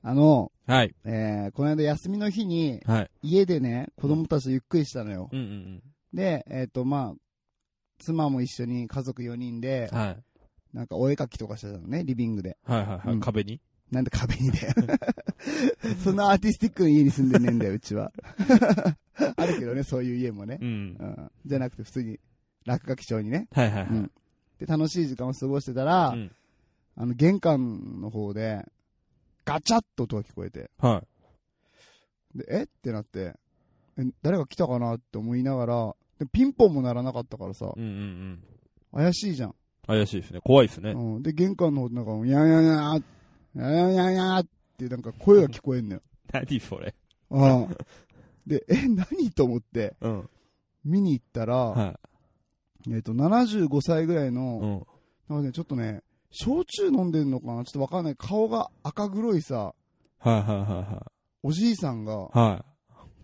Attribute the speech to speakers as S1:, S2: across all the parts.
S1: あの、
S2: はい。
S1: えー、この間休みの日に、
S2: はい。
S1: 家でね、子供たちとゆっくりしたのよ。
S2: うんうん
S1: で、えっ、と、まあ、妻も一緒に家族4人で
S2: うん。、はい。
S1: なんかお絵描きとかしてたのね、リビングで。
S2: はいはいは
S1: うん
S2: い。壁に
S1: なんで壁に だよ。そんなアーティスティックな家に住んでねえんだよ、うちは。 あるけどね、そういう家もね。
S2: うん
S1: う。ん。じゃなくて、普通に落書き帳にね。
S2: はいはいはい。
S1: うんで、楽しい時間を過ごしてたら、
S2: うん
S1: あの、玄関の方で、ガチャッと音が聞こえて、
S2: は
S1: で、えってなって、え誰が来たかなって思いながら、でピンポンも鳴らなかったからさ
S2: い。、うんうんうん。
S1: 怪しいじゃん。
S2: 怪しいですね。怖いですね。
S1: うん、で、玄関の方でなんか、やんやんやん、やんやんやんやんってなんか声が聞こえんのよ。
S2: 何それ。
S1: うん。で、え、何と思って、
S2: うん。
S1: 見に行ったら、
S2: は
S1: えっ、と、75歳ぐらい
S2: い。
S1: の、
S2: うん。
S1: なんかね、ちょっとね、焼酎飲んでんのかなちょっとわかんない。顔が赤黒いさ、
S2: はいはいは
S1: おじいさんが、
S2: いはい。は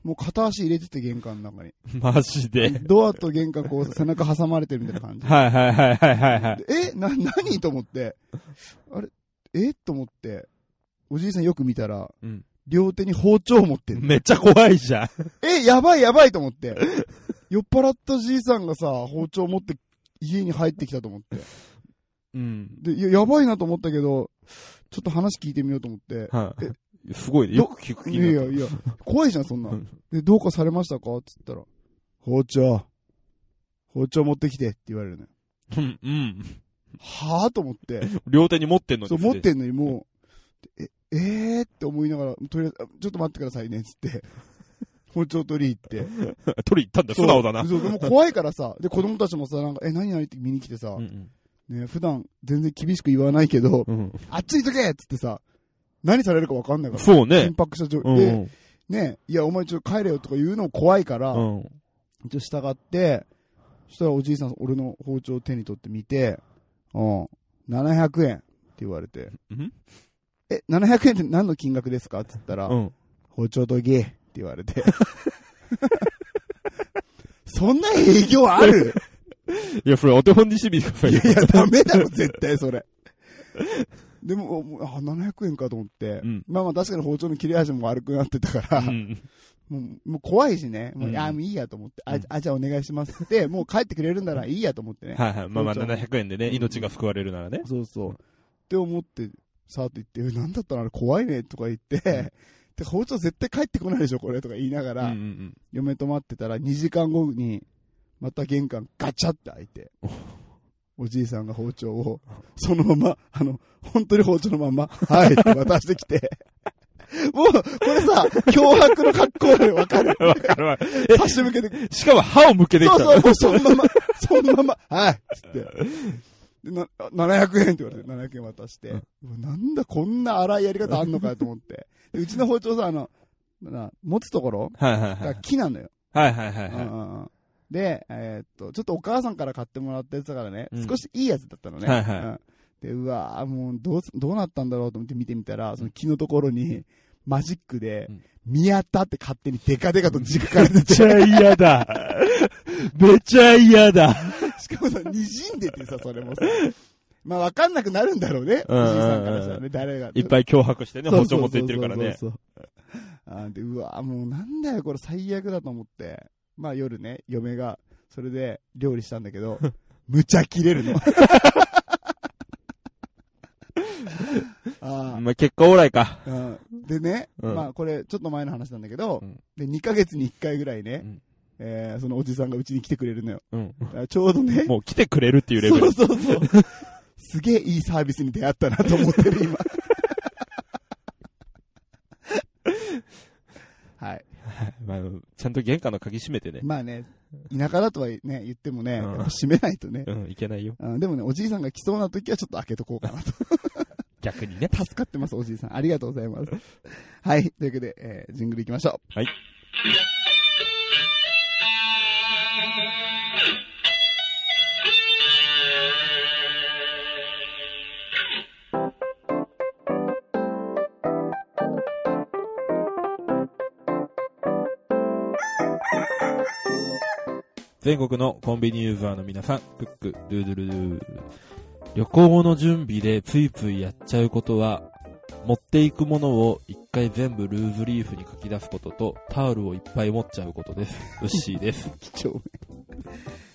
S1: もう片足入れてて玄関の中に。
S2: い。マジで。
S1: ドアと玄関こう背中挟まれてるみたいな感じ。
S2: はいはいはいはいはいはい。
S1: でえな、何 と思って。あれえと思って。おじいさんよく見たら、
S2: うん
S1: 両手に包丁を持ってる。
S2: めっちゃ怖いじゃん。
S1: え、やばいやばいと思って。酔っ払ったじいさんがさ、包丁を持って家に入ってきたと思って。
S2: うん。
S1: で、いややばいなと思ったけど、ちょっと話聞いてみようと思って。
S2: はい。すごいね。よく聞く
S1: い
S2: 気
S1: や
S2: に
S1: い
S2: な
S1: や
S2: っ
S1: いや、怖いじゃん、そんな
S2: うん。
S1: で、どうかされましたかって言ったら、包丁、包丁持ってきてって言われるのよ。
S2: たうん。うん。
S1: はぁと思って、
S2: 両手に持ってんのに。
S1: そう、持ってんのにもう、え、えーって思いながら、とりあえず、あちょっと待ってくださいね、つって。 包丁取り 行って。
S2: 取り行ったんだ。素直だな。
S1: そう、でも怖いからさ、で、子供たちもさ、なんか、え、何々って見に来てさ
S2: う、ん
S1: ね、普段全然厳しく言わないけど、
S2: うん。
S1: あっちにとけっつってさ、何されるかわかんないから。
S2: そうね
S1: 緊。迫した状
S2: う
S1: 況
S2: んう
S1: で、
S2: ん。
S1: ね、いや、お前ちょっと帰れよとか言うのも怖いから、
S2: うん。
S1: 一応従って、そしたらおじいさん、俺の包丁を手に取って見て、うん、700円って言われて、
S2: うん
S1: え、700円って何の金額ですかって言ったら、
S2: うん。
S1: 包丁とゲーって言われて。そんな営業ある
S2: いや、それお手本にしてみてくださ
S1: い
S2: いよ
S1: やいや、ダメだろ、絶対それ。でも、もうあ、700円かと思って、
S2: うん
S1: まあまあ確かに包丁の切れ味も悪くなってたから、
S2: うん。
S1: もう、もう怖いしね。もう、
S2: うん
S1: あ、もういいやと思って。あ、
S2: うん
S1: あじゃあお願いしますって、もう帰ってくれるならいいやと思ってね。
S2: はいはい。まあまあ、
S1: 包丁
S2: 700円でね、
S1: うん
S2: 命が救われるならね。
S1: そうそう。って思って、さーっと言って、えなんだったのあれ怖いねとか言って、で、包丁絶対帰ってこないでしょ、これとか言いなが
S2: う
S1: ら、
S2: んうん
S1: 嫁と待ってたら2時間後に、また玄関ガチャって開いて、おじいさんが包丁を、そのまま、あの、本当に包丁のまんま、はいって渡してきて、 もう、これさ、脅迫の格好でわかる。
S2: うん。わかる わ。
S1: 差し向けて
S2: えしかも歯を向けてきた
S1: そう
S2: の。
S1: そう、もうそのま ま、そのまま、はい、つって。で、な、700円って言われて、700円渡して、
S2: うん
S1: うわなんだこんな荒いやり方あんのかよと思って。 でうちの包丁さ、あの、な持つところ
S2: はいはいは
S1: が
S2: い。
S1: 木なのよ。
S2: はいはいはいうは
S1: んうんうんで、えーっと、ちょっとお母さんから買ってもらったやつだからね、
S2: うん
S1: 少しいいやつだったのね。
S2: はいはい
S1: うんで、うわーもうどうす、どうなったんだろうと思って見てみたら、その木のところに、マジックで
S2: うん、
S1: 宮田って勝手にデカデカと軸から出
S2: い。め
S1: て
S2: ちゃ嫌だ。 めちゃ嫌だ。
S1: しかもさ、滲んでてさ、それもさ。 まあ、わかんなくなるんだろうね。
S2: う
S1: お
S2: んうんうん
S1: じいさんからしたらね、誰が。
S2: いっぱい脅迫してね、
S1: そう
S2: 包
S1: そうそうそう
S2: 丁持っていってるからね。。
S1: そうあーで、うわもうなんだよ、これ最悪だと思って。まあ、夜ね、嫁が、それで料理したんだ けど、むちゃ切れるの。あー
S2: まあ、結果オーライか。
S1: うんでね、
S2: うん
S1: まあこれちょっと前の話なんだけど、
S2: うん
S1: で2ヶ月に1回ぐらいね、
S2: うん
S1: えーそのおじさんがうちに来てくれるのよ。
S2: うん。
S1: だからちょうどね、
S2: もう来てくれるっていうレベル。
S1: そうそうそう。すげえいいサービスに出会ったなと思ってる、 今。はい。
S2: まあ、ちゃんと玄関の鍵閉めてね。
S1: まあね、田舎だとはね、言ってもね、やっ
S2: うん
S1: ぱ閉めないとね。
S2: うん、いけないよ。
S1: うん、でもね、おじいさんが来そうな時はちょっと開けとこうかなと。
S2: 逆にね。
S1: 助かってます、おじいさん。ありがとうございます。はい。というわけで、えージングル行きましょう。
S2: はい。全国のコンビニユーザーの皆さん、クック、ドゥドゥルドゥ。旅行の準備でついついやっちゃうことは、持っていくものを一回全部ルーズリーフに書き出すことと、タオルをいっぱい持っちゃうこと です。ウッシーです。
S1: 貴重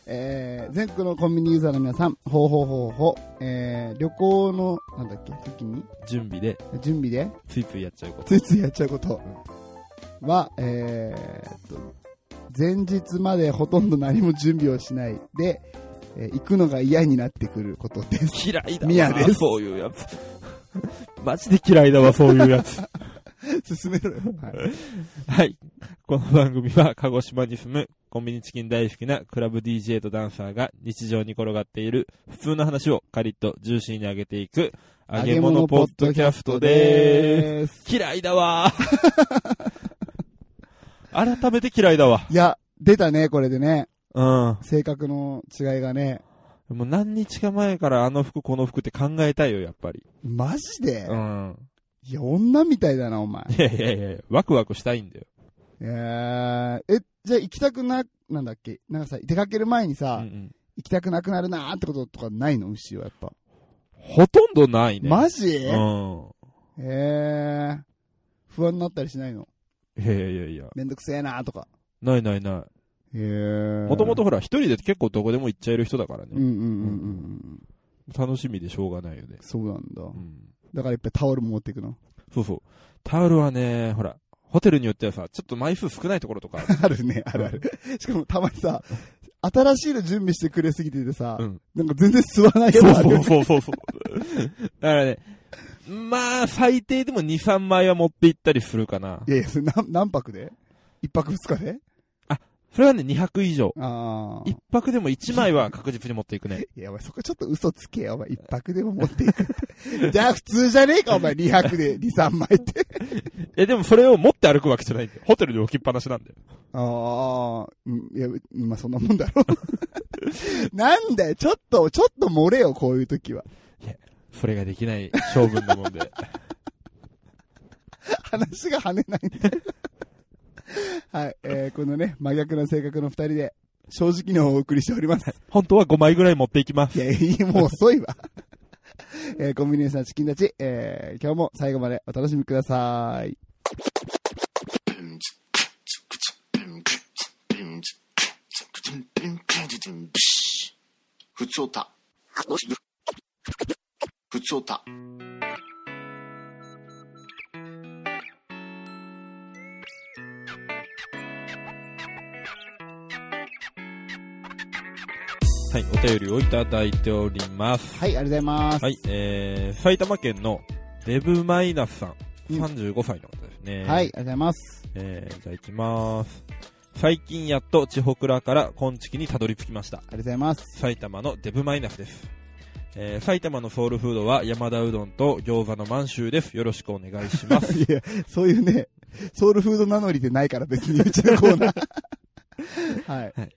S1: えー、全国のコンビニユーザーの皆さん、ほうほうほうほう、えー、旅行の、なんだっけ、時に、
S2: 準備で、
S1: 準備で、
S2: ついついやっちゃうこと。
S1: ついついやっちゃうことは、えーっと、前日までほとんど何も準備をしないで、えー行くのが嫌になってくることです。
S2: 嫌いだわ。
S1: 宮です
S2: そういうやつ。 マジで嫌いだわ、そういうやつ。
S1: 進めろよ。はい
S2: はい。この番組は、鹿児島に住む、コンビニチキン大好きなクラブ DJ とダンサーが日常に転がっている普通の話をカリッとジューシーに上げていく、揚げ物ポッドキャストで
S1: ーす。
S2: す。嫌いだわ。 改めて嫌いだわ。
S1: いや、出たね、これでね。
S2: うん。
S1: 性格の違いがね。
S2: もう何日か前からあの服この服って考えたいよ、やっぱり。
S1: マジで、
S2: うん。
S1: いや、女みたいだな、お前。
S2: いやいやいやいやワクワクしたいんだよ。
S1: えー、え、じゃあ行きたくな、なんだっけなんかさ、出かける前に
S2: う
S1: さ、
S2: んうん
S1: 行きたくなくなるなーってこととかないの牛はやっぱ。
S2: ほとんどないね。
S1: マジ、
S2: うん。
S1: えー、不安になったりしないの
S2: いやいやいやいや。
S1: めんどくせえなーとか。
S2: ないないな
S1: え
S2: い。
S1: ー。
S2: もともとほら、一人で結構どこでも行っちゃえる人だから
S1: うんう
S2: ね。
S1: んうんうんうん。
S2: 楽しみでしょうがないよね。
S1: そうなんだ。
S2: うん。
S1: だからやっぱりタオルも持っていくの。
S2: そうそう。タオルはね、ほら、ホテルによってはさ、ちょっと枚数少ないところとかある。
S1: あるね、あるある。しかもたまにさ、新しいの準備してくれすぎててさ、
S2: うん
S1: なんか全然吸わないやつ
S2: そう
S1: あるよね。
S2: そうそうそう。 だからね、まあ、最低でも2、3枚は持って行ったりするかな。
S1: いやいや、それ何何泊で一泊二日で
S2: それはね、200以上。
S1: ああ。
S2: 1泊でも1枚は確実に持っていくね。
S1: いや、お前そこちょっと嘘つけよ、お前。一泊でも持っていくって。 じゃあ普通じゃねえか、お前。2泊で2、3枚って。
S2: え、でもそれを持って歩くわけじゃないんだよ。ホテルで置きっぱなしなんだよ。
S1: ああ、うんいや、まあそんなもんだろ。 なんだよ、ちょっと、ちょっと漏れよ、こういう時は。
S2: それができない性分なもんで。
S1: 話が跳ねないんだよ はい、えー、このね、真逆な性格の二人で、正直にお送りしております。
S2: 本当は5枚ぐらい持っていきます。
S1: いや、いい、もう遅いわ。 えー、コンビニエンスなチキンたち、えー、今日も最後までお楽しみください。
S3: ふつおた。ふつおた。
S2: はい、お便りをいただいております。
S1: はい、ありがとうございます。
S2: はい、えー、埼玉県のデブマイナスさん。
S1: うん
S2: 35歳の方ですね。
S1: はい、ありが。とうございます。
S2: えー、じゃあ行きます。最近やっと千穂倉から昆虫にたどり着きました。
S1: ありがとうございます。
S2: 埼玉のデブマイナスです。えー、埼玉のソウルフードは山田うどんと餃子の満州です。よろしくお願い します。
S1: いや、そういうね、ソウルフード名乗りでないから別にうちのコーナー。 はい。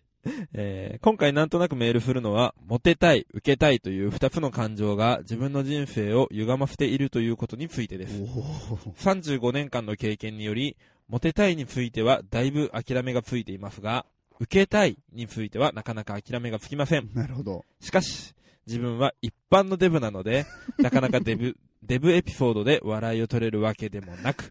S2: えー今回なんとなくメールするのは、モテたい、受けたいという二つの感情が自分の人生を歪ませているということについてです。35年間の経験により、モテたいについてはだいぶ諦めがついていますが、受けたいについてはなかなか諦めがつきません。
S1: なるほど。
S2: しかし、自分は一般のデブな ので、なかなかデブ、デブエピソードで笑いを取れるわけでもなく、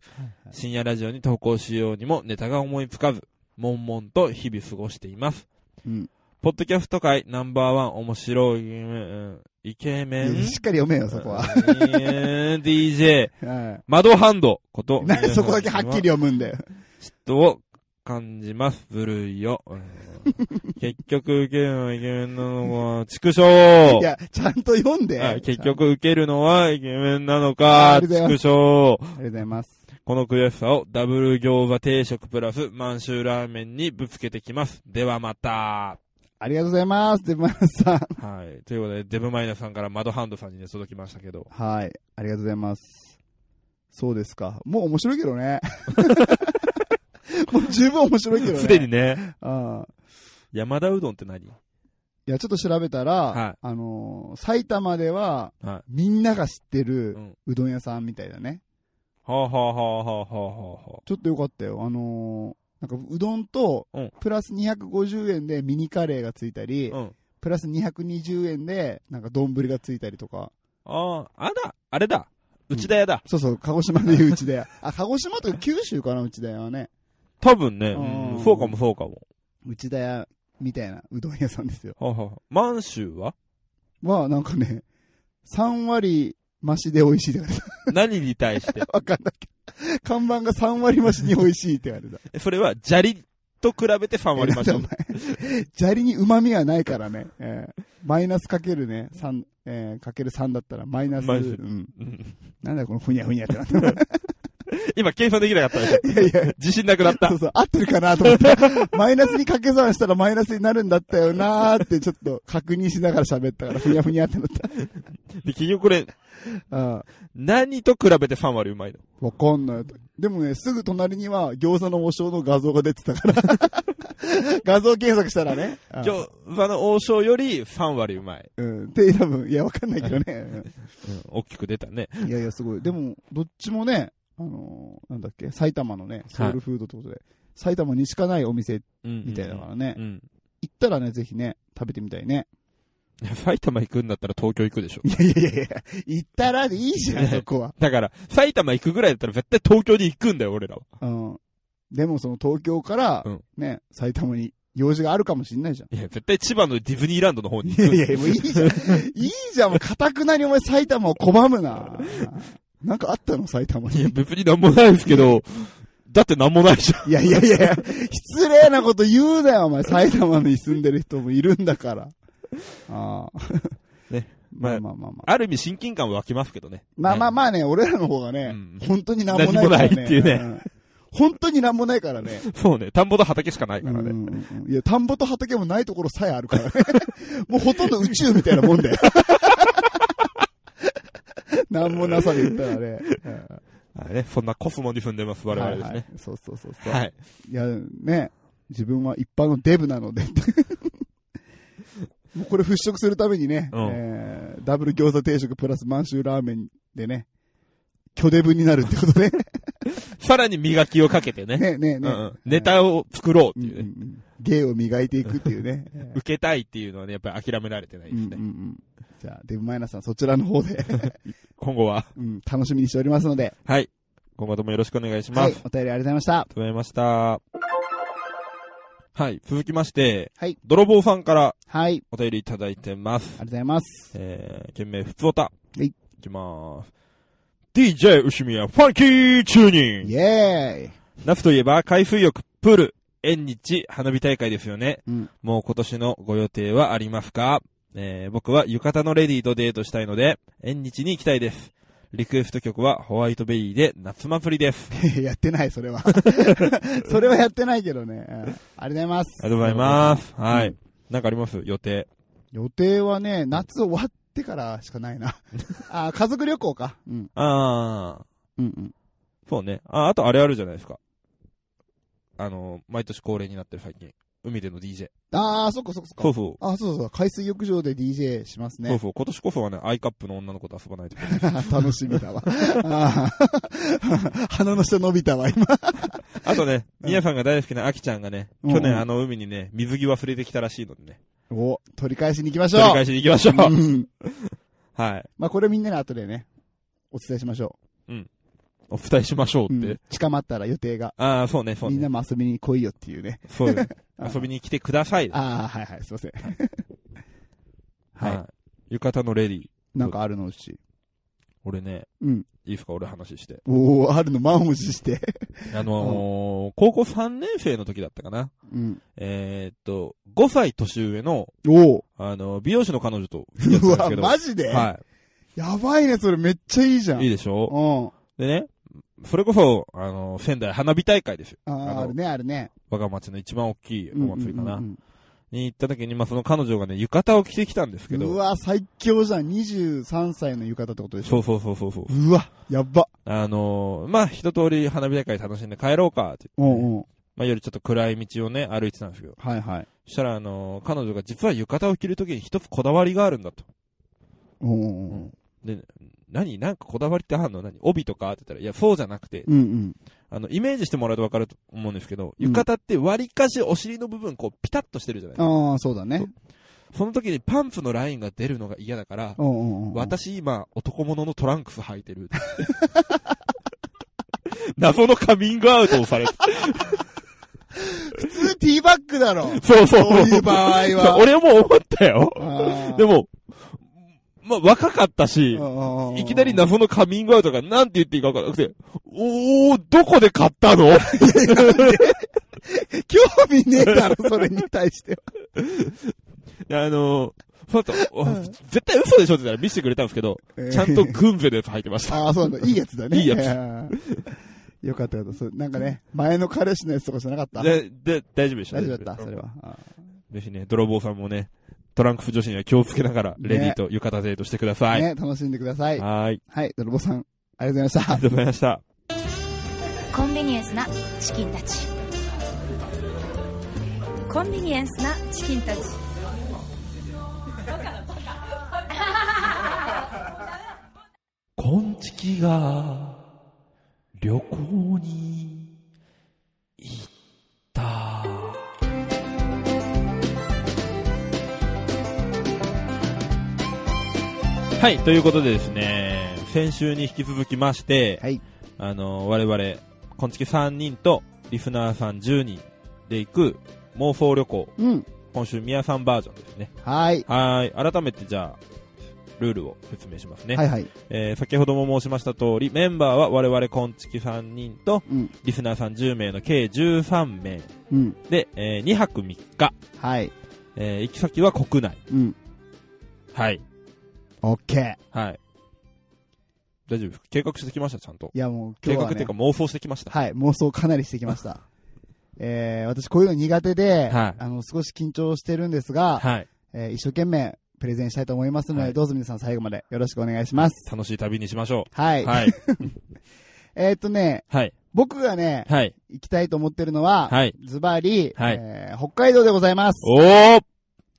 S2: 深夜ラジオに投稿しようにもネタが思いつかず、悶々と日々過ごしています。
S1: うん。
S2: ポッドキャスト界ナンバーワン面白い、うんイケメン。
S1: しっかり読めよ、そこ は。
S2: うん DJ、
S1: は
S2: マドハンドこと。
S1: い。なんでそこだけはっきり読むんだよ。
S2: 嫉妬を感じます。ずるいよ。うん 結局受けるのはイケメンなのか、畜生
S1: いや、ちゃんと読ん
S2: あ
S1: で。
S2: 結。局受けるのはイケメンなの
S1: あ
S2: か、
S1: りがとうござい
S2: 畜生
S1: ありがとうございます。
S2: この悔しさをダブル餃子定食プラス満州ラーメンにぶつけてきます。ではまた。
S1: ありがとうございます。デブマナさん。
S2: はい。ということで、デブマイナさんからマドハンドさんにね、届きましたけど。
S1: はい。ありがとうございます。そうですか。もう面白いけど ね。もう十分面白いけどね。
S2: すでにね、
S1: うん。
S2: 山田うどんって何
S1: いや、ちょっと調べたら、
S2: はい
S1: あのー埼玉では、
S2: は
S1: みんなが知って
S2: い。
S1: る
S2: うん。
S1: うどん屋さんみたいだね。
S2: はあ、はあはあはあはあは
S1: ちょっとよかったよ。あのーなんかうどんと
S2: うん、
S1: プラス250円でミニカレーがついたり、
S2: あ。うん。
S1: プラス220円で、なんか丼がついたりとか。
S2: ああ、あだ、あれだ。内田屋だ。
S1: そうそう、鹿児島でいううち で。あ、鹿児島とか九州かな、うちだよね。
S2: 多分ね、
S1: うん
S2: うんそうかもそうかも。
S1: 内田屋みたいなうどん屋さんですよ。
S2: はあはあ満州は
S1: は、なんかね、3割増しで美味しいって言われた。
S2: 何に対して
S1: わかんないけど。看板が3割増しに美味しいって言われた。
S2: えそれは、砂利と比べて3割増し
S1: えなんだお前 砂利に旨味がないからね。えーマイナスかけるね、3、えーかける3だったらマイナス。
S2: マイナス
S1: うん。
S2: うん
S1: なんだよこのふにゃふにゃってなって。い
S2: 今、計算できなかったでしょ。
S1: やいや、
S2: 自信なくなった
S1: そ。うそう、合ってるかなと思って。マイナスに掛け算したらマイナスになるんだったよなーってちょっと確認しながら喋ったから、ふにゃふにゃってなった。
S2: で、結局これ、
S1: ああ
S2: 何と比べて3割うまいの
S1: わかんない。でもね、すぐ隣には餃子の王将の画像が出てた から。画像検索したらね。ああ
S2: 餃子の王将より3割うまい。
S1: うん。って多分、いや、わかんないけどね。 うん
S2: うん大きく出たね。
S1: いやいや、すごい。でも、どっちもね、あのーなんだっけ、埼玉のね、ソウルフードってことで、埼玉にしかないお店
S2: うん
S1: みたいだから
S2: う
S1: ね。
S2: ん。
S1: 行ったらね、ぜひね、食べてみたいね。
S2: いや埼玉行くんだったら東京行くでしょ。
S1: いやいやいやいや、行ったらでいいじゃん、そこは。
S2: だから、埼玉行くぐらいだったら絶対東京に行くんだよ、俺らは。
S1: うん。でも、その東京から
S2: うん、
S1: ね、埼玉に用事があるかもしんないじゃん。
S2: いや、絶対千葉のディズニーランドの方に行
S1: い
S2: く。
S1: やいや、もういいじゃん。いいじゃん、もう、かたくなにお前埼玉を拒むな。なんかあったの埼玉
S2: いや
S1: に。
S2: 別になんもないですけど、だってなんもないじゃん。
S1: いやいやいや、失礼なこと言うなよ、お前。埼玉に住んでる人もいるんだから。ああ。
S2: ね。まあ
S1: まあまあまあまあ。
S2: ある意味親近感は湧きますけどね。
S1: まあまあ
S2: ね
S1: まあね、俺らの方が
S2: う
S1: ね、
S2: ん
S1: 本当になんもないからね。
S2: 何もないっていうね
S1: ん本当になんもないからね。
S2: そうね、田んぼと畑しかないから
S1: う
S2: ね。
S1: んうんうんいや、田んぼと畑もないところさえあるからね。 もうほとんど宇宙みたいなもん だよ。なんもなさで言ったらね。うん
S2: はいね、そんなコスモに住んでます、我々です
S1: はいは
S2: ね。
S1: いそうそうそうそう。、
S2: はいい。
S1: や、ね、自分は一般のデブなので。 もうこれ払拭するためにね、
S2: うん
S1: えーダブル餃子定食プラス満州ラーメンでね、巨デブになるってことね。
S2: さらに磨きをかけてね。
S1: ね、ね、
S2: う
S1: ね。
S2: んうんネタを作ろう
S1: う
S2: っ
S1: ん
S2: て
S1: う
S2: い
S1: ん
S2: う
S1: う
S2: ね。
S1: ん芸を磨いていくっていうね。
S2: 受けたいっていうのはね、やっぱり諦められてないで
S1: うん
S2: す
S1: うんう
S2: ね。
S1: んじゃあ、デブマイナスさん、そちらの方 で、
S2: 今後は。
S1: うん、楽しみにしておりますので、
S2: はい。今後ともよろしくお願いします。
S1: は
S2: あ
S1: い
S2: りが、
S1: お便りありがとうございました。
S2: とうございました。はい。続きまして、
S1: はい
S2: 泥棒さんから
S1: はい、ありが
S2: お便りいただいてます
S1: と。うございます。
S2: えー、件名、ふつおた。
S1: はい。
S2: きまーす。DJ 牛宮、ファンキーチューニング
S1: イェーイ
S2: 夏といえば海水浴、プール、縁日、花火大会ですよね。
S1: うん
S2: もう今年のご予定はありますか、えー僕は浴衣のレディーとデートしたいので、縁日に行きたいです。リクエスト曲はホワイトベリーで夏祭りです。あ
S1: やってない、それは。 それはやってないけどね。うんありがとうございます。
S2: りがとうございます。は
S1: う
S2: い。なんかあります予定。
S1: 予定はね、夏終わってからしかない な。あ、家族旅行か。うん。
S2: あー、
S1: うんうん。
S2: そうね。あ、あとあれあるじゃないですか。あの、毎年恒例になってる最近。海での DJ。
S1: あー、そっかそっかそ
S2: そ
S1: っ
S2: う
S1: か。
S2: そう。
S1: あ、そうそうそう。海水浴場で DJ します
S2: そう
S1: ね。
S2: そう。今年こそはね、アイカップの女の子と遊ばないと。
S1: 楽しみだわ。あー 鼻の下伸びたわ、今。
S2: あとね、みやさんが大好きなアキちゃんがね、
S1: うん
S2: 去年あの海にね、水着忘れてきたらしいのでね、
S1: お、取り返しに行きましょう。
S2: 取り返しに行きましょう。
S1: うん。
S2: はい。
S1: まあ、これみんなの後でね、お伝えしましょ
S2: お伝えしましょう
S1: う。
S2: って。
S1: うん近まったら予定が。
S2: ああ、そうね、そう
S1: みん
S2: ね
S1: な。も遊びに来いよっていうね。
S2: そうね
S1: あ
S2: 遊びに来てください。
S1: ああ、はいはい、すいません。はい。
S2: い。浴衣のレディー。
S1: なんかあるのうち。
S2: 俺ね、
S1: うん。
S2: いいですか、俺話して。
S1: おおあるの満を持して。
S2: あのー、高校3年生の時だったかな。
S1: うん。
S2: えーっと、5歳年上の、
S1: おお
S2: あの、美容師の彼女と付き合って
S1: う
S2: たん
S1: わ、
S2: ですけど。
S1: マジで、
S2: は
S1: やばいね、それめっちゃいいじゃん。
S2: い。いい
S1: い
S2: でしょ
S1: うん。
S2: でね、それこそ、あの、仙台花火大会ですよ。
S1: あ
S2: あ
S1: あ、
S2: の
S1: あるね、あるね。
S2: 我が町の一番大きいお
S1: うんうん
S2: 祭りかな。
S1: うん
S2: に行った時に、まあ、その彼女がね、浴衣を着てきたんで
S1: う
S2: すけ
S1: ん
S2: ど。
S1: うわ、最強じゃん。23歳の浴衣ってことでしょ。
S2: そうそうそうそうそう。
S1: うわ、やっば。
S2: あのーまあ、一通り花火大会楽しんで帰ろうか、って
S1: う
S2: 言って、
S1: んうん。
S2: まあ、夜ちょっと暗い道をね、歩いてたんですけど。
S1: はいはい。
S2: そしたら、あのー彼女が実は浴衣を着る時に一つこだわりがあるんだと。
S1: うんうんうん。
S2: で、何なんかこだわりってあんの何帯とかって言ったら、いや、そうじゃなくて、
S1: うんうん。
S2: あの、イメージしてもらうとわかると思うんですけど、
S1: うん
S2: 浴衣って割りかしお尻の部分、こう、ピタッとしてるじゃない
S1: ああ、そうだね。
S2: その時にパンプのラインが出るのが嫌だから、
S1: うんうんうん。
S2: 私今、男物のトランクス履いて る。謎のカミングアウトをされて。
S1: 普通ティーバッグだろ。
S2: そうそう。
S1: そういう場合は
S2: 俺も思ったよ。
S1: あー
S2: でも、まあ、若かったし、
S1: うん
S2: いきなり謎のカミングアウトがなんて言っていいか分からなくて、おー、どこで買ったの
S1: 興味ねえだろ、それに対して
S2: あのー、そうだと、お
S1: うん
S2: 絶対嘘でしょって言ったら見せてくれたんですけど、
S1: は。
S2: ちゃんとグンゼのやつ履いてまし た。
S1: ああ、そうなんだ。いいやつだね。
S2: いいやつ
S1: つ。よかったよかった。そうなんかね、前の彼氏のやつとかじゃなかった。大
S2: で、で、大丈夫でした。
S1: 丈夫だった、
S2: で
S1: それは。あ
S2: ぜひね、泥棒さんもね、トランクス女子には気をつけながら、レディーと浴衣デートしてくだ
S1: ー
S2: さい。
S1: ね、楽しんでください。
S2: はーい。
S1: はい、泥棒さん、ありがとうございました
S2: ありがとう。ございました。
S3: コンビニエンスなチキンたちコンビニエンスなチキンたち
S2: こんちきが旅行に行った。はい、ということでですね、先週に引き続きまして、
S1: はい。
S2: あの、我々、こんちき3人とリスナーさん10人で行く妄想旅行、
S1: うん。
S2: 今週宮さんバージョンですね。
S1: はい。
S2: はい、改めてじゃあ、ルールを説明しますね。
S1: はいはい。
S2: えー先ほども申しました通り、メンバーは我々コンチキ3人と、
S1: うん。
S2: リスナーさん10名の計13名
S1: うん。
S2: で、え2泊3日、
S1: はい。
S2: えー行き先は国内。
S1: うん。
S2: はい。
S1: オッケー。
S2: はい。大丈夫です計画してきました、ちゃんと。
S1: いやもう今
S2: 計
S1: 日
S2: 画っ
S1: は、
S2: ていう
S1: ね
S2: か、妄想してきました。
S1: はい、妄想かなりしてきま した。えー、私こういうの苦手で、
S2: はい
S1: あの、少し緊張してるんですが、
S2: はい。
S1: えー一生懸命プレゼンしたいと思いますので、
S2: はい
S1: どうぞ皆さん最後までよろしくお願いします。
S2: 楽しい旅にしましょ
S1: は
S2: う。
S1: い。
S2: はい。
S1: えーっとね、
S2: はい。
S1: 僕がね、
S2: はい。
S1: 行きたいと思ってるのは、
S2: はい
S1: ズバリ、
S2: はい
S1: えー北海道でございます。あり
S2: おー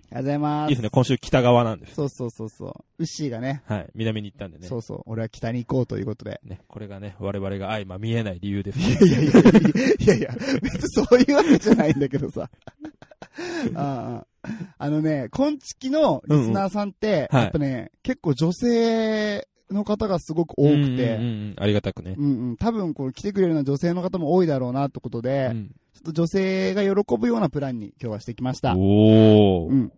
S1: がとうございま
S2: いい
S1: す。
S2: ですね、今週北側なんです。
S1: そうそうそうそう。ウッシーがね
S2: はい。南に行ったんでね。
S1: そうそう、俺は北に行こうということで。
S2: ね、これがね、我々が相ま見えない理由です。
S1: いやいやいやいや、別にそういうわけじゃないんだけど さ。あああのね、今月のリスナーさんって、
S2: うんうんはい
S1: やっぱね、結構女性の方がすごく多
S2: うん
S1: く
S2: うん
S1: て、
S2: うんありがたくね。
S1: うんうん、多分こう来てくれるような女性の方も多いだろうなってことで、
S2: うん
S1: ちょっと女性が喜ぶようなプランに今日はしてきました。
S2: おー。
S1: うん。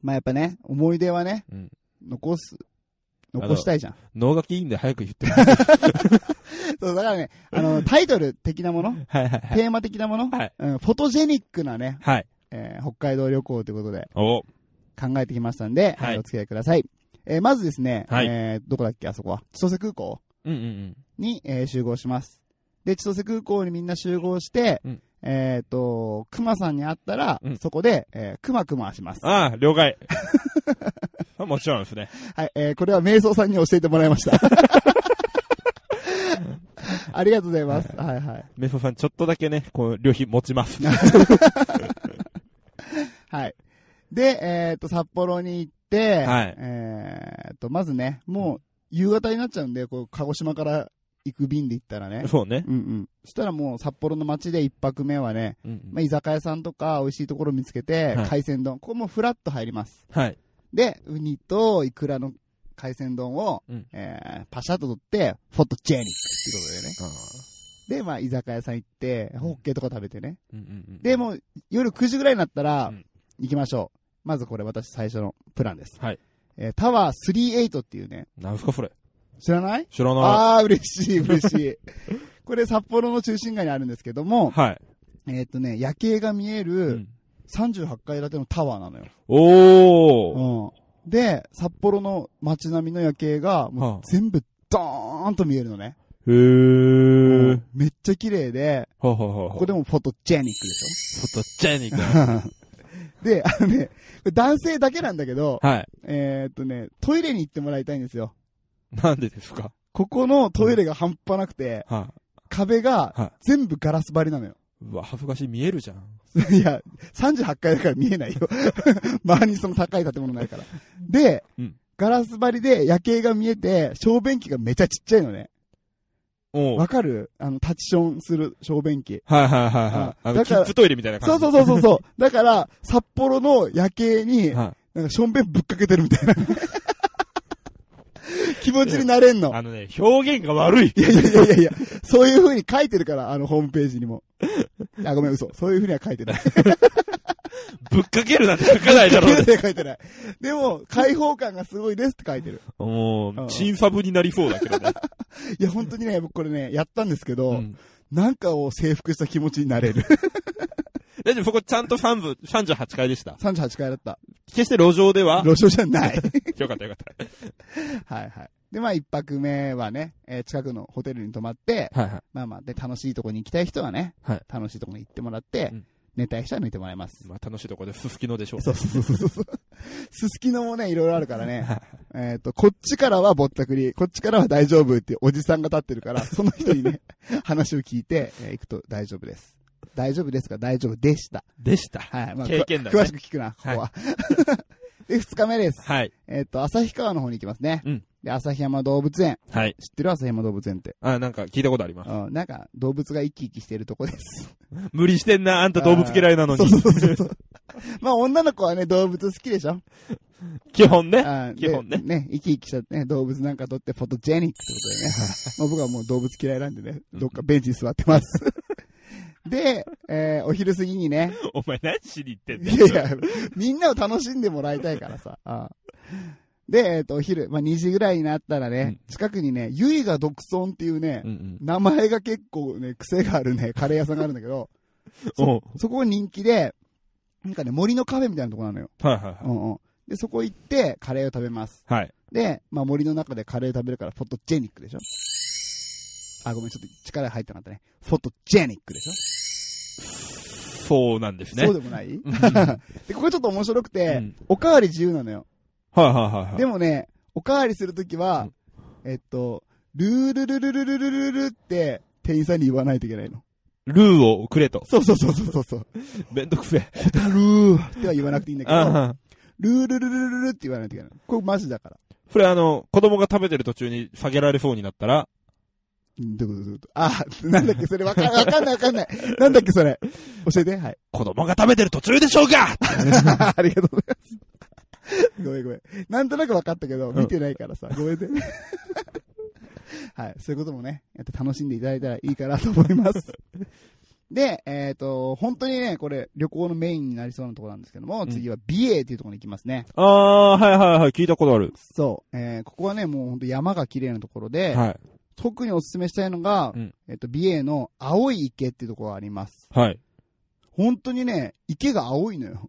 S1: まあやっぱね、思い出はね、
S2: うん
S1: 残す、残したいじゃん。
S2: 脳書きいいんで早く言って。
S1: そう、だからね、あ の、タイトル的なもの、
S2: はいはいはい。
S1: テーマ的なもの、
S2: はい
S1: うん、フォトジェニックなね、
S2: はい。
S1: えー北海道旅行ということで
S2: お
S1: 考えてきましたんで、
S2: はい
S1: えーお付き合いください。えーまずですね、
S2: はい
S1: えーどこだっけ、あそこは。千歳空港
S2: うんうん
S1: に、えー集合します。で、千歳空港にみんな集合して、
S2: うん
S1: えっ、と、熊さんに会ったら、
S2: うん
S1: そこで、えー、熊熊します。
S2: うん。ああ、了解。あもちろんですね。
S1: はい、えーこれは瞑想さんに教えてもらいま した。 ありがとうございます。はいはい。
S2: メソさん、ちょっとだけね、こう、旅費持ちます。
S1: はい。で、えっ、と、札幌に行って、
S2: はい
S1: えっ、と、まずね、もう、夕方になっちゃうんで、こう、鹿児島から行く便で行ったらね。
S2: そうね。
S1: うんうん。そしたらもう、札幌の街で一泊目はね、
S2: うんうん
S1: まあ、居酒屋さんとか、美味しいところ見つけて、
S2: はい
S1: 海鮮丼。ここもフラッと入ります。
S2: はい。
S1: で、ウニとイクラの海鮮丼を、
S2: うん
S1: えーパシャッと取って、フォトチェニックっていうことでね。で、まあ、居酒屋さん行って、ホッケとか食べてね。
S2: うんうんうん
S1: で、、もう夜9時ぐらいになったら
S2: うん、
S1: 行きましょう。まずこれ私最初のプランです。
S2: はい。
S1: えータワー38っていうね、
S2: なんすかそれ。
S1: 知らない
S2: 知らな
S1: ああー、嬉しい、嬉しい。 これ札幌の中心街にあるんですけど
S2: い。
S1: も、
S2: はい。
S1: えーっ、とね、夜景が見え
S2: う
S1: る
S2: ん
S1: 38階建てのタワーなのよ。
S2: お
S1: う
S2: ー。
S1: ん。で、札幌の街並みの夜景が、もう
S2: は
S1: 全部ドーンと見えるのね。
S2: あへー。
S1: めっちゃ綺麗で、
S2: ははは
S1: ここでもフォトジェニックでしょ
S2: フォトジェニッ ク。
S1: で、あのね、これ男性だけなんだけど、
S2: はい。
S1: えーっとね、トイレに行ってもらいたいんですよ。
S2: なんでですか
S1: ここのトイレが半端なくて、
S2: は
S1: 壁
S2: い。は
S1: が全部ガラス張りなのよ。
S2: い。うわ、恥ずかしい。見えるじゃん。
S1: いや、38階だから見えないよ。 周りにその高い建物ないから。で、
S2: うん
S1: ガラス張りで夜景が見えて、小便器がめちゃちっちゃいのね。
S2: おー
S1: わかるあの、タッチションする小便器。
S2: はいはいはいはい。あの、
S1: だ
S2: キ
S1: から
S2: ッズトイレみたいな
S1: そ
S2: 感
S1: う
S2: じ。
S1: そうそうそうそう。だから、札幌の夜景に
S2: は
S1: なんか、しょんべんぶっかけてるみたい な。気持ちになれんの。
S2: あのね、表現が悪い。
S1: いやいやいやいやいや、そういう風に書いてるから、あの、ホームページにも。あ、ごめん、嘘。そういう風には書いてない。
S2: ぶっかけるなんて書かないだろうね。
S1: で書いてない。でも、開放感がすごいですって書いてる。
S2: も
S1: う
S2: う、新サブになりそうだけどね。
S1: いや、本当にね、僕これね、やったんですけど、
S2: うん
S1: なんかを征服した気持ちになれ る。
S2: 大丈夫、そこちゃんと3部、38回でした。
S1: 38回だった。
S2: 決して路上では
S1: 路上じゃない。
S2: よかったよかっ
S1: はいはい。で、まあ、一泊目はね、えー近くのホテルに泊まって、
S2: た。はいは
S1: まあまあ、で、楽しいとこに行きたい人はね、
S2: はい
S1: 楽しいとこに行ってもらって、
S2: うん
S1: 寝たい人は寝てもらいます。
S2: まあ楽しいとこで、すすきのでしょう。
S1: そうそうそうそうそう。すすきのもね、いろいろあるからね。えっと、こっちからはぼったくり、こっちからは大丈夫っていうおじさんが立ってる から、その人にね、話を聞いて、えー行くと大丈夫です。大丈夫ですか大丈夫でした。
S2: でした。
S1: はい。まあ、
S2: 経験談ね
S1: 詳しく聞くな、ここは。 で、二日目です。
S2: はい。
S1: えっ、と、旭川の方に行きますね。
S2: うん
S1: で、旭山動物園。
S2: はい。
S1: 知ってる旭山動物園って。
S2: あ、なんか聞いたことあります。
S1: うん、なんか、動物が生き生きしてるとこです。
S2: 無理してんな、あんた 動物嫌いなの に
S1: そう。そうそうそう。まあ、女の子はね、動物好きでしょ
S2: 基本ね。
S1: あー
S2: 基本ね
S1: でね、生き生きしちゃってね、動物なんか撮ってフォトジェニックってことでね。も う僕はもう動物嫌いなんでね、どっかベンチに座ってます。 で、えーお昼過ぎに ね、
S2: お前何しに行ってん
S1: いやいや、みんなを楽しんでもらいたいからさ。あーで、えっ、と、お昼、まあ、2時ぐらいになったらね、近くにね、ゆいが独尊っていうね、
S2: うんうん。
S1: 名前が結構ね、癖があるね、カレー屋さんがあるんだけ ど、
S2: おう
S1: そこが人気で、なんかね、森のカフェみたいなとこなのよ。
S2: はいはいは
S1: うんうん。で、そこ行って、カレーを食べます。
S2: い。はい。
S1: で、まあ、森の中でカレー食べるから、フォトジェニックでしょあ、ごめん、ちょっと力入ってなかったね。フォトジェニックでしょ、
S2: そうなんですね。
S1: そう
S2: で
S1: でもない
S2: うんうんは い
S1: で、ここちょっと面白くて、
S2: うん
S1: おかわり自由なのよ。
S2: はいはいはい。
S1: でもね、おかわりするときは、えっと、ルールルルルルルルルって、店員さんに言わないといけないの。
S2: ルーをく れと。
S1: そうそうそうそうそうそう。
S2: めんどくせえ。
S1: ホタルーっては言わなくていいんだけ
S2: あ
S1: ど、
S2: はん
S1: ルールルルルルルって言わないといけないの。これマジだから。
S2: これあの、子供が食べてる途中に下げられそうになったら、
S1: うんどういうことどういうことあ、なんだっけそれわかわかんないわかんない。なんだっけそれ。教えて、はい。
S2: 子供が食べてる途中でしょうか
S1: ありがとうございます。ごめんごめん。なんとなく分かったけど、見てないからさ、ごめんね。 はい、そういうこともね、やって楽しんでいただいたらいいかなと思います。で、えっ、と、本当にね、これ、旅行のメインになりそうなところなんですけども、
S2: ん
S1: 次は美瑛っていうところに行きますね。
S2: あー、はいはいはい、聞いたことある。
S1: そう。えーここはね、もう本当山が綺麗なところで、
S2: はい。
S1: 特にお勧めしたいのが、
S2: うん
S1: えっ、と、美瑛の青い池っていうところがあります。
S2: はい。
S1: 本当にね、池が青いのよ。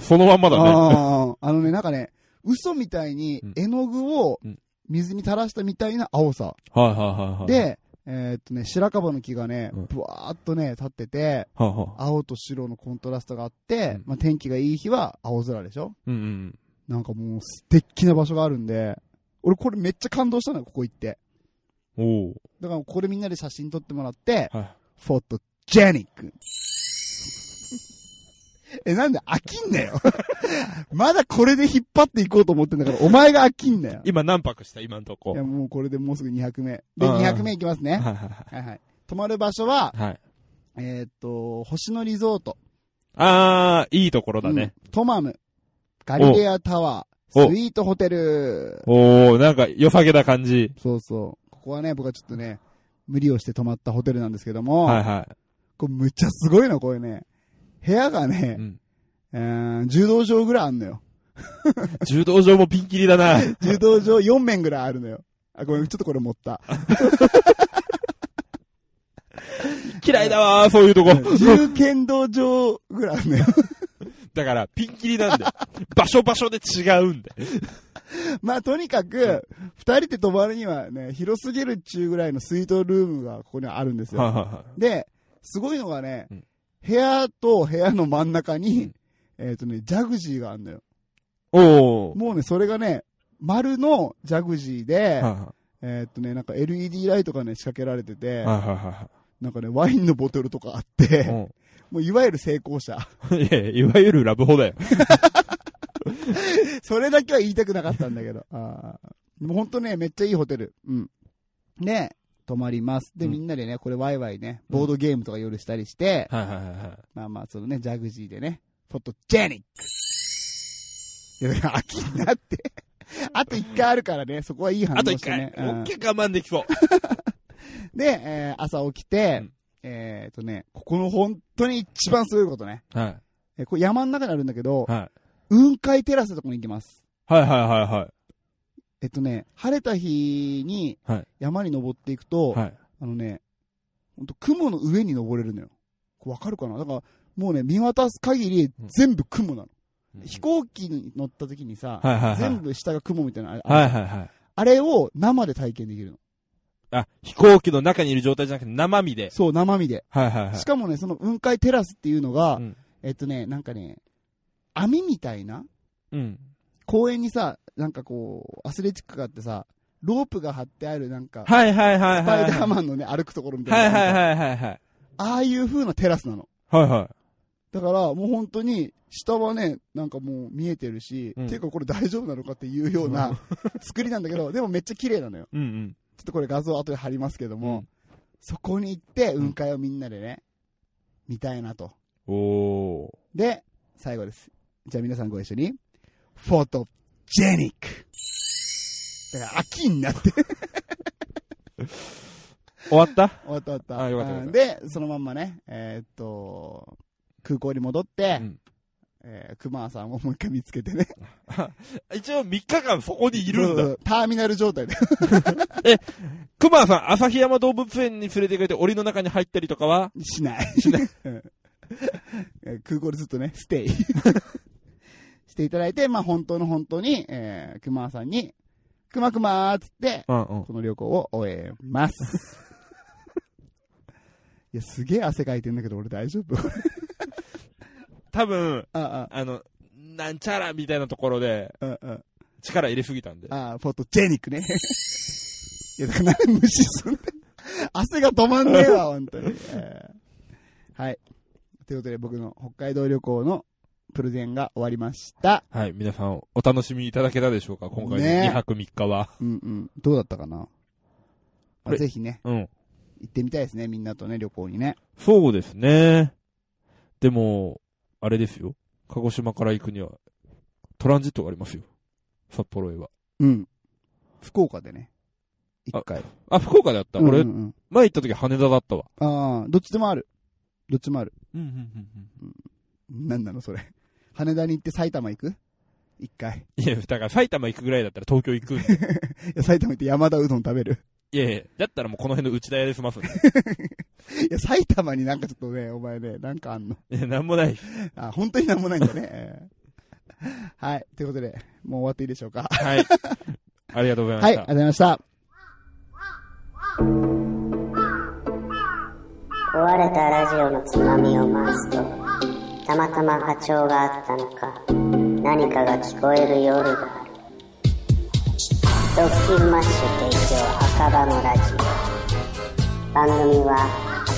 S2: そのまんまだね。
S1: ああ、あのね、なんかね、嘘みたいに
S2: うん
S1: 絵の具を
S2: うん
S1: 水に垂らしたみたいな青さ。
S2: はいはいはいはい。、
S1: で、えーっとね、白樺の木がね
S2: うん、
S1: ぶわーっとね、立ってて、
S2: はあはあ、
S1: 青と白のコントラストがあって
S2: うん、
S1: まあ天気がいい日は青空でしょ
S2: うんうん。
S1: なんかもう素敵な場所があるんで、俺これめっちゃ感動したのよ、ここ行って。
S2: おお。
S1: だからこれみんなで写真撮ってもらって、
S2: はい。
S1: フォトジェニック。 え、なんで飽きんなよ。 まだこれで引っ張っていこうと思ってんだから、お前が飽きんなよ。
S2: 今何泊した今んとこ。
S1: いや、もうこれでもうすぐ200名。で、
S2: うんうん
S1: 200名いきますね。
S2: はいはい
S1: はいはい。泊まる場所は、
S2: はい。はい。
S1: えーっと、星野リゾート。
S2: あー、いいところだね。
S1: うんトマム。ガリレアタワー。
S2: お
S1: スイートホテル。
S2: おおなんか良さげな感じ。
S1: そうそう。ここはね、僕はちょっとね、無理をして泊まったホテルなんですけども、
S2: はいは
S1: これむっちゃすごいの、これね。部屋が
S2: い。
S1: ね
S2: う、ん。
S1: えー柔道場ぐらいあんのよ。
S2: 柔道場もピンキリだ な。
S1: 柔道場4面ぐらいあるのよ。あ、ごめん、ちょっとこれ持った。
S2: 嫌いだわー、そういうとこ。
S1: 重剣道場ぐらいある のよ。
S2: だから、ピンキリなんで。 場所場所で違うんで。
S1: まあ、とにかく、二人で泊まるにはね、広すぎるっちゅうぐらいのスイートルームがここにはあるんですよ。
S2: は
S1: で、すごいのがね
S2: うん、
S1: 部屋と部屋の真ん中
S2: う
S1: に
S2: ん、
S1: えっとね、ジャグジーがあるのよ。
S2: いはい。おー。
S1: もうね、それがね、丸のジャグジーで、
S2: は
S1: えっとね、なんか LED ライトがね、仕掛けられて
S2: い
S1: て、
S2: はいは
S1: なんかね、ワインのボトルとかあっ
S2: いはい。
S1: て、
S2: うん
S1: もういわゆる成功者。
S2: いやいやいわゆるラブホだよ。
S1: それだけは言いたくなかったんだけど。あーでも本当ね、めっちゃいいホテル。うん。ね、泊まります。で、
S2: うん
S1: みんなでね、これワイワイね、ボードゲームとか夜したりして、
S2: はいはいはい。
S1: まあまあ、そのね、ジャグジーでね、フォトジェニック。いや、だから秋にな って。あと一回あるからね、そこはいい話
S2: あと
S1: し
S2: 一
S1: て
S2: 回
S1: ね。。
S2: もう
S1: うん
S2: 一回我慢できそう。
S1: で、えー朝起きて、
S2: うん
S1: えーっとね、ここの本当に一番すごいことね。
S2: はい。
S1: えーこれ山の中にあるんだけど、
S2: はい。
S1: 雲海テラスのとこに行きます。
S2: はいはいは
S1: えっとね、晴れた日に
S2: はい
S1: 山に登っていく
S2: い
S1: と、
S2: はい。はい。
S1: あのね、ほんと雲の上に登れるのよ。これわかるかなだから、もうね、見渡す限り
S2: うん
S1: 全部雲なの。飛行機に乗った時にさ、
S2: はいはいはい
S1: 全部下が雲みたいなのあれ、
S2: はいはいはい。
S1: あれを生で体験できるの。
S2: あ、飛行機の中にいる状態じゃなくて生身で。
S1: そう、生身で。
S2: はいはいはい
S1: し。かもね、その雲海テラスっていうのが、
S2: うん
S1: えっとね、なんかね、網みたいな
S2: うん。
S1: 公園にさ、なんかこう、アスレチックがあってさ、ロープが張ってあるなんか、
S2: はいはいはいはい。
S1: スパイダーマンのね、歩くところみた
S2: はいい
S1: な。
S2: はいはいはいはい。
S1: ああいう風なテラスなの。
S2: はいは
S1: だから、もう本当に、下はね、なんかもう見えてるし、
S2: うん
S1: ていうかこれ大丈夫なのかっていうよう
S2: う
S1: な 作りなんだけど、でもめっちゃ綺麗なのよ。
S2: い。うんうん。
S1: ちょっとこれ画像後で貼りますけども、
S2: うん
S1: そこに行って、雲海をみんなでね、見たいなと。
S2: おー。
S1: で、最後です。じゃあ皆さんご一緒に。フォトジェニック。だから秋になって。
S2: 終わった
S1: 終わった終わった。
S2: あよかったよかった
S1: で、そのまんまね、えーっと、空港に戻って、
S2: うん
S1: えー、熊さんをもう一回見つけてね。
S2: 一応3日間そこにいるん
S1: そ
S2: だ。
S1: うターミナル状態で。
S2: クマさん、旭山動物園に連れてくれて檻の中に入ったりとかは
S1: しない。
S2: しない。
S1: うんえー空港でずっとね、ステイ。 していただいて、まあ本当の本当に、えー、熊さんに、熊熊ーっつって、
S2: うんうん。
S1: この旅行を終え ます。いや、すげえ汗かいてんだけど、俺大丈夫
S2: 多分、
S1: あ
S2: あの、なんちゃらみたいなところで
S1: あ、ああ、
S2: 力入れすぎたんで。
S1: ああ、フォトジェニックね。 いや、だから何無視すんだ汗が止まんねえわ、本当に。えーはい。ということで、僕の北海道旅行のプレゼンが終わりました。
S2: はい、皆さんお楽しみいただけたでしょうか今回の
S1: ね
S2: 2泊3日は。
S1: うんうん。どうだったかな、ま
S2: こ
S1: あ、
S2: れ
S1: ぜひね、
S2: うん。
S1: 行ってみたいですね、みんなとね、旅行にね。
S2: そうですね。でも、あれですよ。鹿児島から行くには、トランジットがありますよ。札幌へは。
S1: うん。福岡でね。
S2: あ
S1: 一回。
S2: あ、福岡であった。
S1: う
S2: 俺
S1: ん、うんうん
S2: 前行った時羽田だったわ。
S1: ああ、どっちでもある。どっちもある。
S2: うんうんうん
S1: なんなのそれ。羽田に行って埼玉行く一回。
S2: うん。いや、だから埼玉行くぐらいだったら東京行くんで。
S1: い や、埼玉行って山田うどん食べる。
S2: いやいや、だったらもうこの辺の内田屋で済ますんで。
S1: いや、埼玉になんかちょっとね、お前ね、なんかあんの。
S2: いや、なんもないです。
S1: あ、本当になんもないんだね。えーはい。ということで、もう終わっていいでしょうか。
S2: はい。ありがとうございま
S1: はい、ありが
S2: した。
S1: とうございました。
S4: 壊れたラジオのつまみを回すとたまたま波長があったのか何かが聞こえる夜がある「ドッキンマッシュ提供赤羽のラジオ」番組は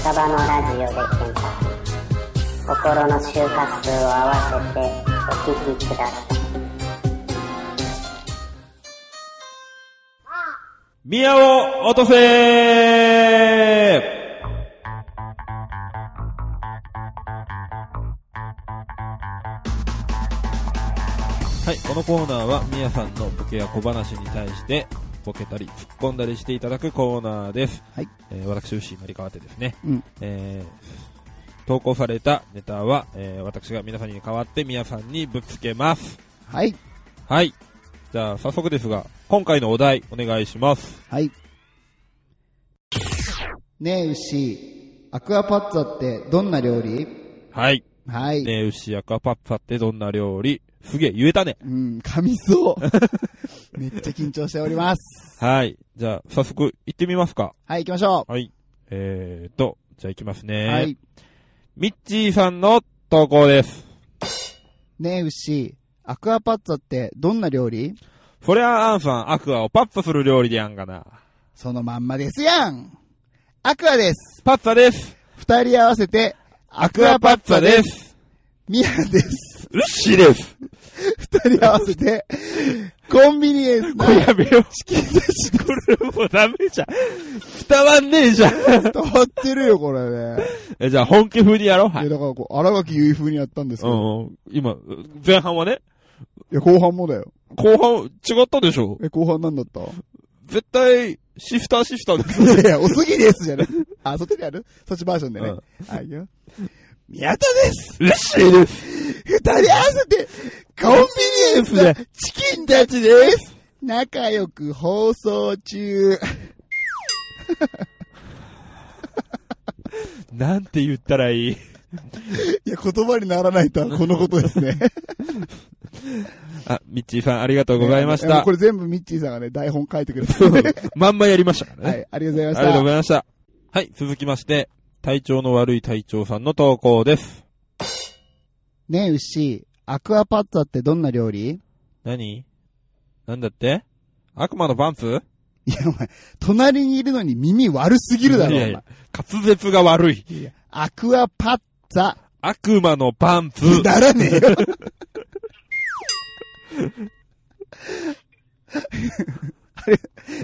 S4: 赤羽のラジオで検索心の周波数を合わせてお聞きください
S2: 宮を落とせーはい、このコーナーは、みやさんのボケや小話に対して、ボケたり、突っ込んだりしていただくコーナーです。
S1: はい
S2: えー私、牛井成川手ですね。
S1: うん
S2: えー投稿されたネタは、えー私が皆さんに代わって、みやさんにぶつけます。
S1: はい。
S2: はい。じゃあ、早速ですが、今回のお題、お願いします。
S1: はい。ねえ、牛。アクアパッツァってどんな料理
S2: はい。
S1: はい。
S2: ねえ、牛やかパッパってどんな料理すげえ、言えたね。
S1: うん、噛みそう。 めっちゃ緊張しております。
S2: はい。じゃあ、早速、行ってみますか。
S1: はい、行きましょ
S2: はい。えーと、じゃあ行きます
S1: う。
S2: ね。
S1: はい。
S2: ミッチーさんの投稿です。
S1: ねえ、牛。アクアパッツァってどんな料理
S2: そりゃあ、アンさん、アクアをパッパする料理でやんがな。
S1: そのまんまですやん。アクアです。
S2: パッツァです。
S1: 二人合わせて、ア。
S2: アクアパッツァですす。
S1: ミヤです。
S2: ルッシーです。
S1: 二人合わせて、コンビニエンスな
S2: やめよ。
S1: チキン出し
S2: これもうダメじゃん。 伝わんねえじ ゃん。
S1: 伝わってるよ、これね。
S2: え、じゃあ、本気風にやろう。
S1: いや、だからこう、荒垣結衣風にやったんですけ
S2: う
S1: ど、
S2: んうん、今、前半はね、
S1: いや、後半もだよ。
S2: 後半、違ったでしょ
S1: え、後半なんだった
S2: 絶対、シフターシフターです。
S1: いや、おすぎですじゃない。あ、そっちにあるそっちバージョンでね。はい、いくよ。宮田です
S2: 嬉しいです。
S1: 二人合わせて、コンビニエンスなチキンたちです仲良く放送中。
S2: なんて言ったらいい。
S1: いや、言葉にならないとはこのことですね。
S2: あ、ミッチーさんありがとうございました
S1: こ。れ全部ミッチーさんがね、台本書いてくれたので。
S2: まんまやりましたか
S1: は
S2: らね。
S1: い、ありがとうご
S2: あ
S1: ざ
S2: り
S1: いま
S2: がとう
S1: し
S2: ございました。はい、続きまして、体調の悪い隊長さんの投稿です。
S1: た。ねえ、牛、アクアパッツァってどんな料理
S2: 何なんだって悪魔のパンツ
S1: いや、お前、隣にいるのに耳悪すぎるだろ、お
S2: いや
S1: 前
S2: いや。滑舌が悪い。
S1: アクアパッツァ。
S2: 悪魔のパンツ。
S1: なら ねえよ。あれ、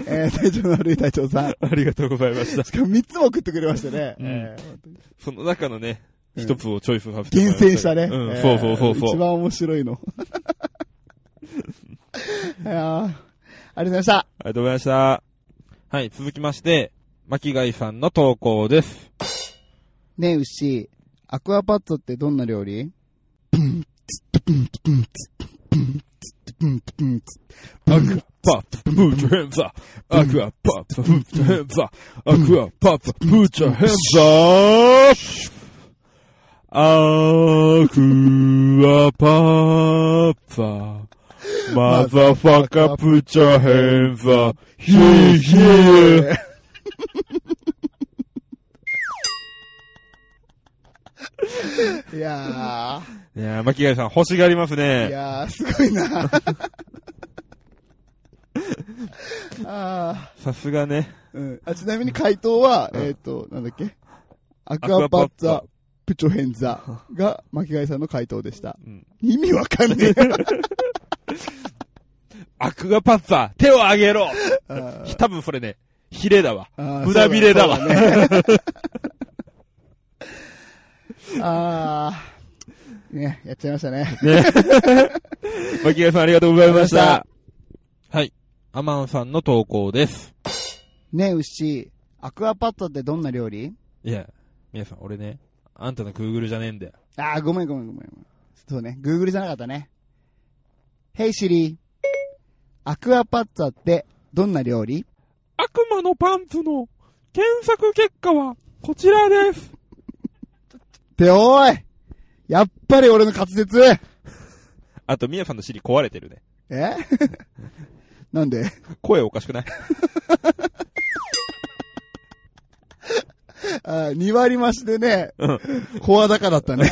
S1: えー、体調の悪い隊長さん。
S2: ありがとうございました。
S1: しかも3つも送ってくれましたね。
S2: うん
S1: えー
S2: その中のね、
S1: うん
S2: 一つをチョイスさせてもらい
S1: 厳
S2: まけど
S1: 選したね。
S2: うん、
S1: えー
S2: そうそうそうそ
S1: 一
S2: う。
S1: 番面白いの。 いやーありがとうございました。
S2: ありがとうございました。はい、続きまして、巻貝さんの投稿です。
S1: ねえ、牛、アクアパッツァってどんな料理
S2: アクアパップ、ムーチャヘンザ。アクアパップ、ムーチャヘンザ。アクアパップ、ムーチャヘンザ。アクアパッツァ。マザファカプチャヘンザ。ヒーヒー。
S1: いや
S2: いやー、巻貝さん欲しがります
S1: ー、い
S2: ね。
S1: やー、すごい な。あ
S2: さすがね。
S1: ーうん、あちなみに回答は、えっ、と、なんだっけアクアパッツァ、プチョヘンザが巻貝さんの回答でした。
S2: うん
S1: 意味わかんねえ。
S2: アクアパッツァ、手を上げろ
S1: あ
S2: 多分それね、ヒレだわ。
S1: あー
S2: 胸びれだわ。
S1: そうねそうねああ、ね、やっちゃいましたね。
S2: ね。 巻貝さんありがとうございまし
S1: あ
S2: た。はい。アマンさんの投稿です。
S1: ねえ、牛、アクアパッドってどんな料理
S2: いや、皆さん、俺ね、あんたのクーグルじゃねえんだよ。
S1: ああ、ごめんごめんごめん。そうね、グーグルじゃなかったね。Hey シリー、アクアパッツァってどんな料理
S2: 悪魔のパンツの検索結果はこちらです。
S1: っておーいやっぱり俺の滑舌
S2: あと、みやさんの尻壊れてるね。
S1: えなんで
S2: 声おかしくない
S1: あー ?2 割増しでね、
S2: うん。
S1: 声高だ ったね。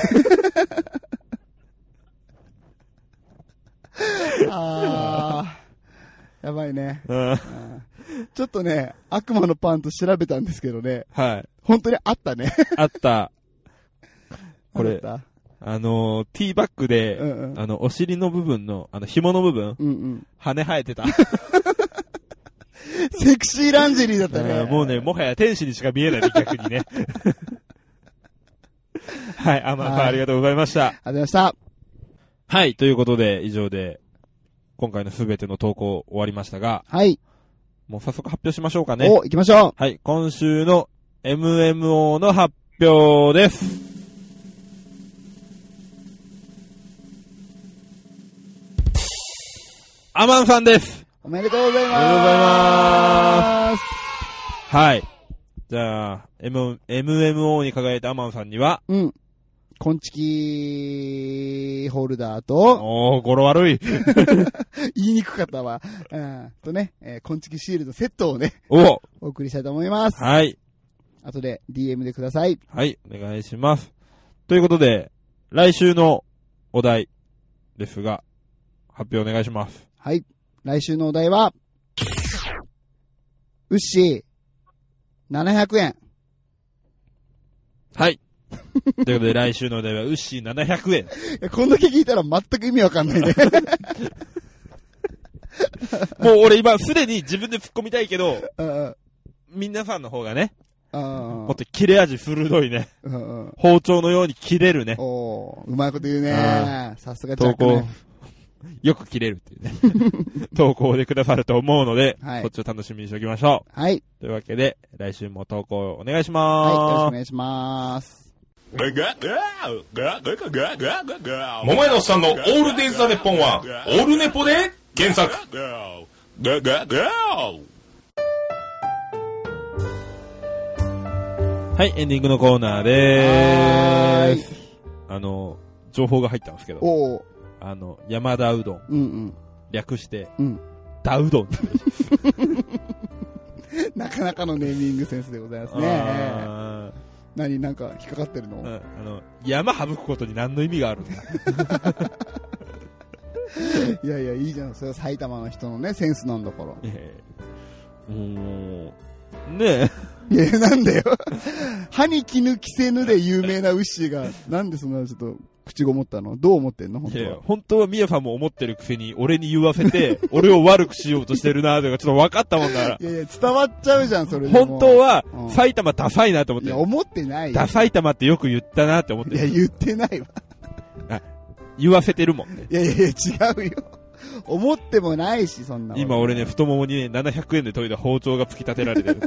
S1: あー、やばいね。
S2: うん
S1: ちょっとね、悪魔のパンツ調べたんですけどね、
S2: はい。
S1: 本当にあったね。
S2: あった。こ
S1: あっ
S2: れ、
S1: た
S2: あのー、ティーバッグで、
S1: うんうん
S2: あの、お尻の部分の、あの、紐の部分、
S1: うんうん。
S2: 羽生えてた。
S1: セクシーランジェリーだったね。
S2: もうね、もはや天使にしか見 えない、逆にね。 はい、アマンさん
S1: はい
S2: ありがとうございました。
S1: ありがとうございました。
S2: はい、ということで、以上で、今回のすべての投稿終わりましたが、
S1: はい。
S2: もう早速発表しましょうかね。
S1: お、行きましょ
S2: はい、今週の MMO の発表です。アマンさんです
S1: うおめでとうございます
S2: おめでとうございますはい。じゃあ、M、MMO に輝いたアマンさんには、
S1: うん。コンチキホルダーと、
S2: おー、語呂悪い。
S1: 言いにくかったわ。うん。とね、えー、コンチキシールドセットをね、
S2: お
S1: お送りしたいと思います。
S2: はい。
S1: 後で DM でください。
S2: はい、お願いします。ということで、来週のお題ですが、発表お願いします。
S1: はい。来週のお題は、うっしー、700円。
S2: はい。ということで、来週のお題は、ウッシー700
S1: い
S2: 円。
S1: やこんだけ聞いたら全く意味わかん ないね。
S2: もう俺今、すでに自分で突っ込みたいけど、
S1: うんうん
S2: 皆さんの方がね、
S1: うん
S2: もっと切れ味鋭いね、
S1: うんうん
S2: 包丁のように切れるね、
S1: おーうまいこと言う
S2: あ
S1: ね。さすがジャッ
S2: 投
S1: ク
S2: 稿
S1: ね。
S2: よく切れるっていうね、投稿でくださると思うので、
S1: はい
S2: こっちを楽しみにしておきましょ
S1: はい。
S2: う。というわけで、来週も投稿お願いしま
S1: はい、
S2: す。
S1: よろしくお願いします。
S5: 桃屋のおっさんのオールデイズ・ザ・ネッポンは、オールネポで原作。
S2: はい、エンディングのコーナー
S1: は
S2: で
S1: ー
S2: ー
S1: い
S2: す。あの、情報が入ったんですけど、
S1: おー
S2: あの、山田うどん、
S1: うんうん。
S2: 略して、
S1: うん。
S2: ダウドンって言うんです
S1: なかなかのネーミングセンスでございます
S2: よ。
S1: ね。ええ
S2: あー
S1: 何、なんか引っかかってるの、
S2: うんあの、山省くことに何の意味があるんだ。
S1: いやいや、いいじゃん。それは埼玉の人のね、センスなんだから。
S2: ええもう、ね
S1: いや、なんだよ。 歯に絹着せぬで有名なウッシーが、なんでそんなちょっと口ごもったのどう思ってんの本
S2: え、
S1: 当
S2: いや
S1: は。
S2: 本当はミヤさんも思ってるくせに、俺に言わせ て、俺を悪くしようとしてるなーとか、ちょっと分かったもんだから
S1: い。やいや、伝わっちゃうじゃん、それでも
S2: 本当は
S1: うん、
S2: 埼玉ダサいなと思っ
S1: い
S2: て
S1: や、
S2: る。
S1: 思ってないよ。
S2: ダサい玉ってよく言ったなって思っ
S1: いや、
S2: てる。
S1: 言ってないわ。
S2: 言わせてるもんね。
S1: いやいやいや、違うよ。思ってもないし、そんなこと。
S2: 今俺ね、太ももにね、700円で研いだ包丁が突き立て られてる。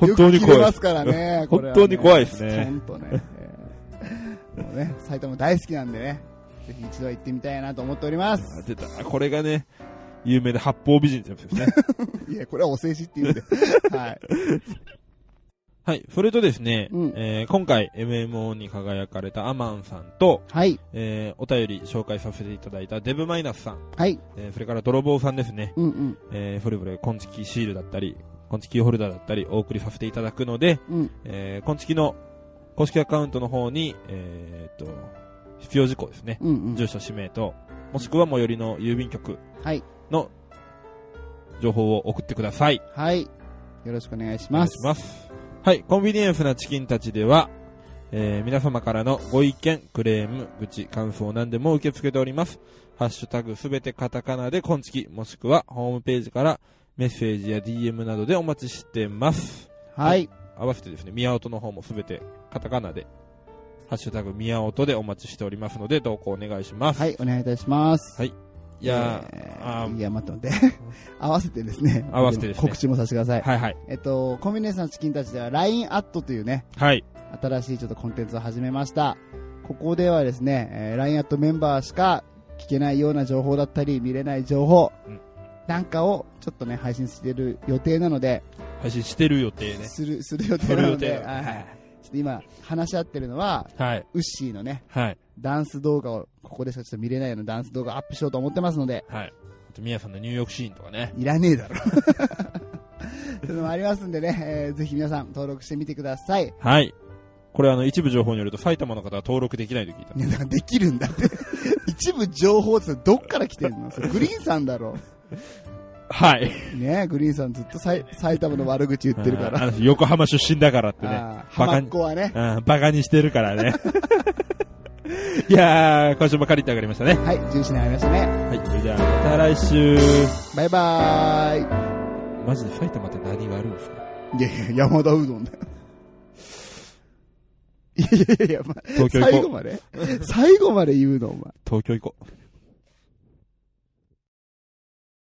S2: 本当に
S1: よく切れ
S2: 怖
S1: ま
S2: い
S1: す。から ね。これは
S2: 本当に怖いです
S1: ね。
S2: ね。
S1: 本当ね。えーもうね、埼玉大好きなんでね、ぜひ一度は行ってみたいなと思っております
S2: あ。出た。これがね、有名な八方美人ってやつ ですね。
S1: いや、これはお世辞って言うん で。はい。
S2: はい。それとですね、
S1: うん
S2: えー今回 MMO に輝かれたアマンさんと、
S1: はい。
S2: えーお便り紹介させていただいたデブマイナスさん、
S1: はい。
S2: えーそれから泥棒さんですね、
S1: うんうん。
S2: えーそれぞれコンチキシールだったり、コンチキーホルダーだったり、お送りさせていただくので、
S1: うん
S2: えー、コンチキの公式アカウントの方に、えーっと、必要事項ですね、
S1: うんうん。
S2: 住所、氏名と、もしくは最寄りの郵便局
S1: はい。
S2: の情報を送ってください。
S1: はい。よろしくお願いし
S2: お願
S1: ま
S2: い
S1: す
S2: し。ます。はい、コンビニエンスなチキンたちでは、えー皆様からのご意見、クレーム、愚痴、感想何でも受け付けております。ハッシュタグすべてカタカナでコンチキ、もしくはホームページからメッセージや DM などでお待ちしてます。
S1: はい。
S2: 合わせてですね、宮音の方もすべてカタカナで、ハッシュタグ宮音でお待ちしておりますので、投稿お願いします。
S1: はい。お願いいたします。
S2: はいいやー、
S1: え
S2: あー
S1: いや、待って待って。 合わせてですね。
S2: 合わせてですね
S1: 告知もさせてください。
S2: はいはい。
S1: えっと、コンビネーションのチキンたちでは LINE アットというね、
S2: はい。
S1: 新しいちょっとコンテンツを始めました。ここではですね、えー LINE アットメンバーしか聞けないような情報だったり、見れない情報
S2: うん
S1: なんかをちょっとね、配信してる予定なので、
S2: 配信してる予定ね。
S1: する、する予
S2: す
S1: 定な
S2: る
S1: の
S2: 予
S1: で、
S2: 定。
S1: はいはいちょっと今、話し合ってるのは、
S2: はい。
S1: ウッシーのね、
S2: はい。
S1: ダンス動画を、ここでしかちょっと見れないようなダンス動画をアップしようと思ってますので、
S2: はい。あと、みやさんのニューヨークシーンとかね。
S1: いらねえだろ。 そういうのもありますんでね、えーぜひ皆さん登録してみてください。
S2: はい。これ、あの、一部情報によると、埼玉の方は登録できないと聞いた。
S1: いや、だからできるんだって。一部情報ってどっから来てんのそれグリーンさんだろ。
S2: はい。
S1: ねグリーンさんずっとさい埼玉の悪口言ってるか
S2: あ
S1: ら。
S2: の人横浜出身だからってね
S1: あ。ー浜
S2: バカ
S1: っ
S2: に、
S1: 子はね。
S2: うん、バカにしてるから ね。いやー、今週も借りて上がりましたね。
S1: はい、11年ありましたね。
S2: はい。それじゃあ、また来週。
S1: バイバー
S2: マジで埼玉って何があるんですか
S1: イ。いやいや、山田うどんだよ。いやいやいや、ま
S2: 東京行こう
S1: 最後まで最後まで言うの、お前。
S2: 東京行こう。